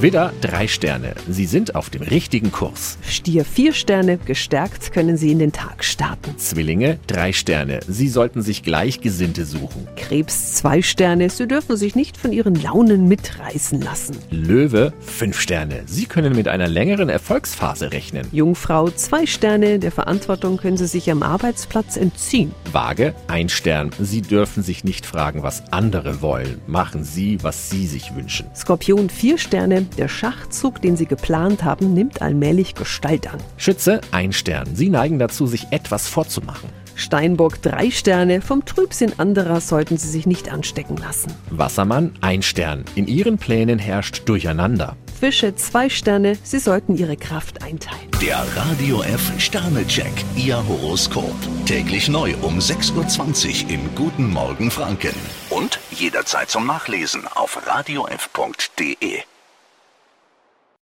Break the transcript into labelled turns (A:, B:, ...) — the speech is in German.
A: Widder, drei Sterne. Sie sind auf dem richtigen Kurs.
B: Stier vier Sterne, gestärkt können Sie in den Tag starten.
A: Zwillinge, drei Sterne. Sie sollten sich Gleichgesinnte suchen.
B: Krebs zwei Sterne, Sie dürfen sich nicht von Ihren Launen mitreißen lassen.
A: Löwe, fünf Sterne. Sie können mit einer längeren Erfolgsphase rechnen.
B: Jungfrau zwei Sterne, der Verantwortung können Sie sich am Arbeitsplatz entziehen.
A: Waage, ein Stern. Sie dürfen sich nicht fragen, was andere wollen. Machen Sie, was Sie sich wünschen.
B: Skorpion vier Sterne, der Schachzug, den Sie geplant haben, nimmt allmählich Gestalt an.
A: Schütze, ein Stern. Sie neigen dazu, sich etwas vorzumachen.
B: Steinbock drei Sterne, vom Trübsinn anderer sollten Sie sich nicht anstecken lassen.
A: Wassermann, ein Stern. In Ihren Plänen herrscht Durcheinander.
B: Fische zwei Sterne, Sie sollten Ihre Kraft einteilen.
C: Der Radio F Sternecheck, Ihr Horoskop. Täglich neu um 6.20 Uhr im Guten Morgen Franken. Und jederzeit zum Nachlesen auf radiof.de.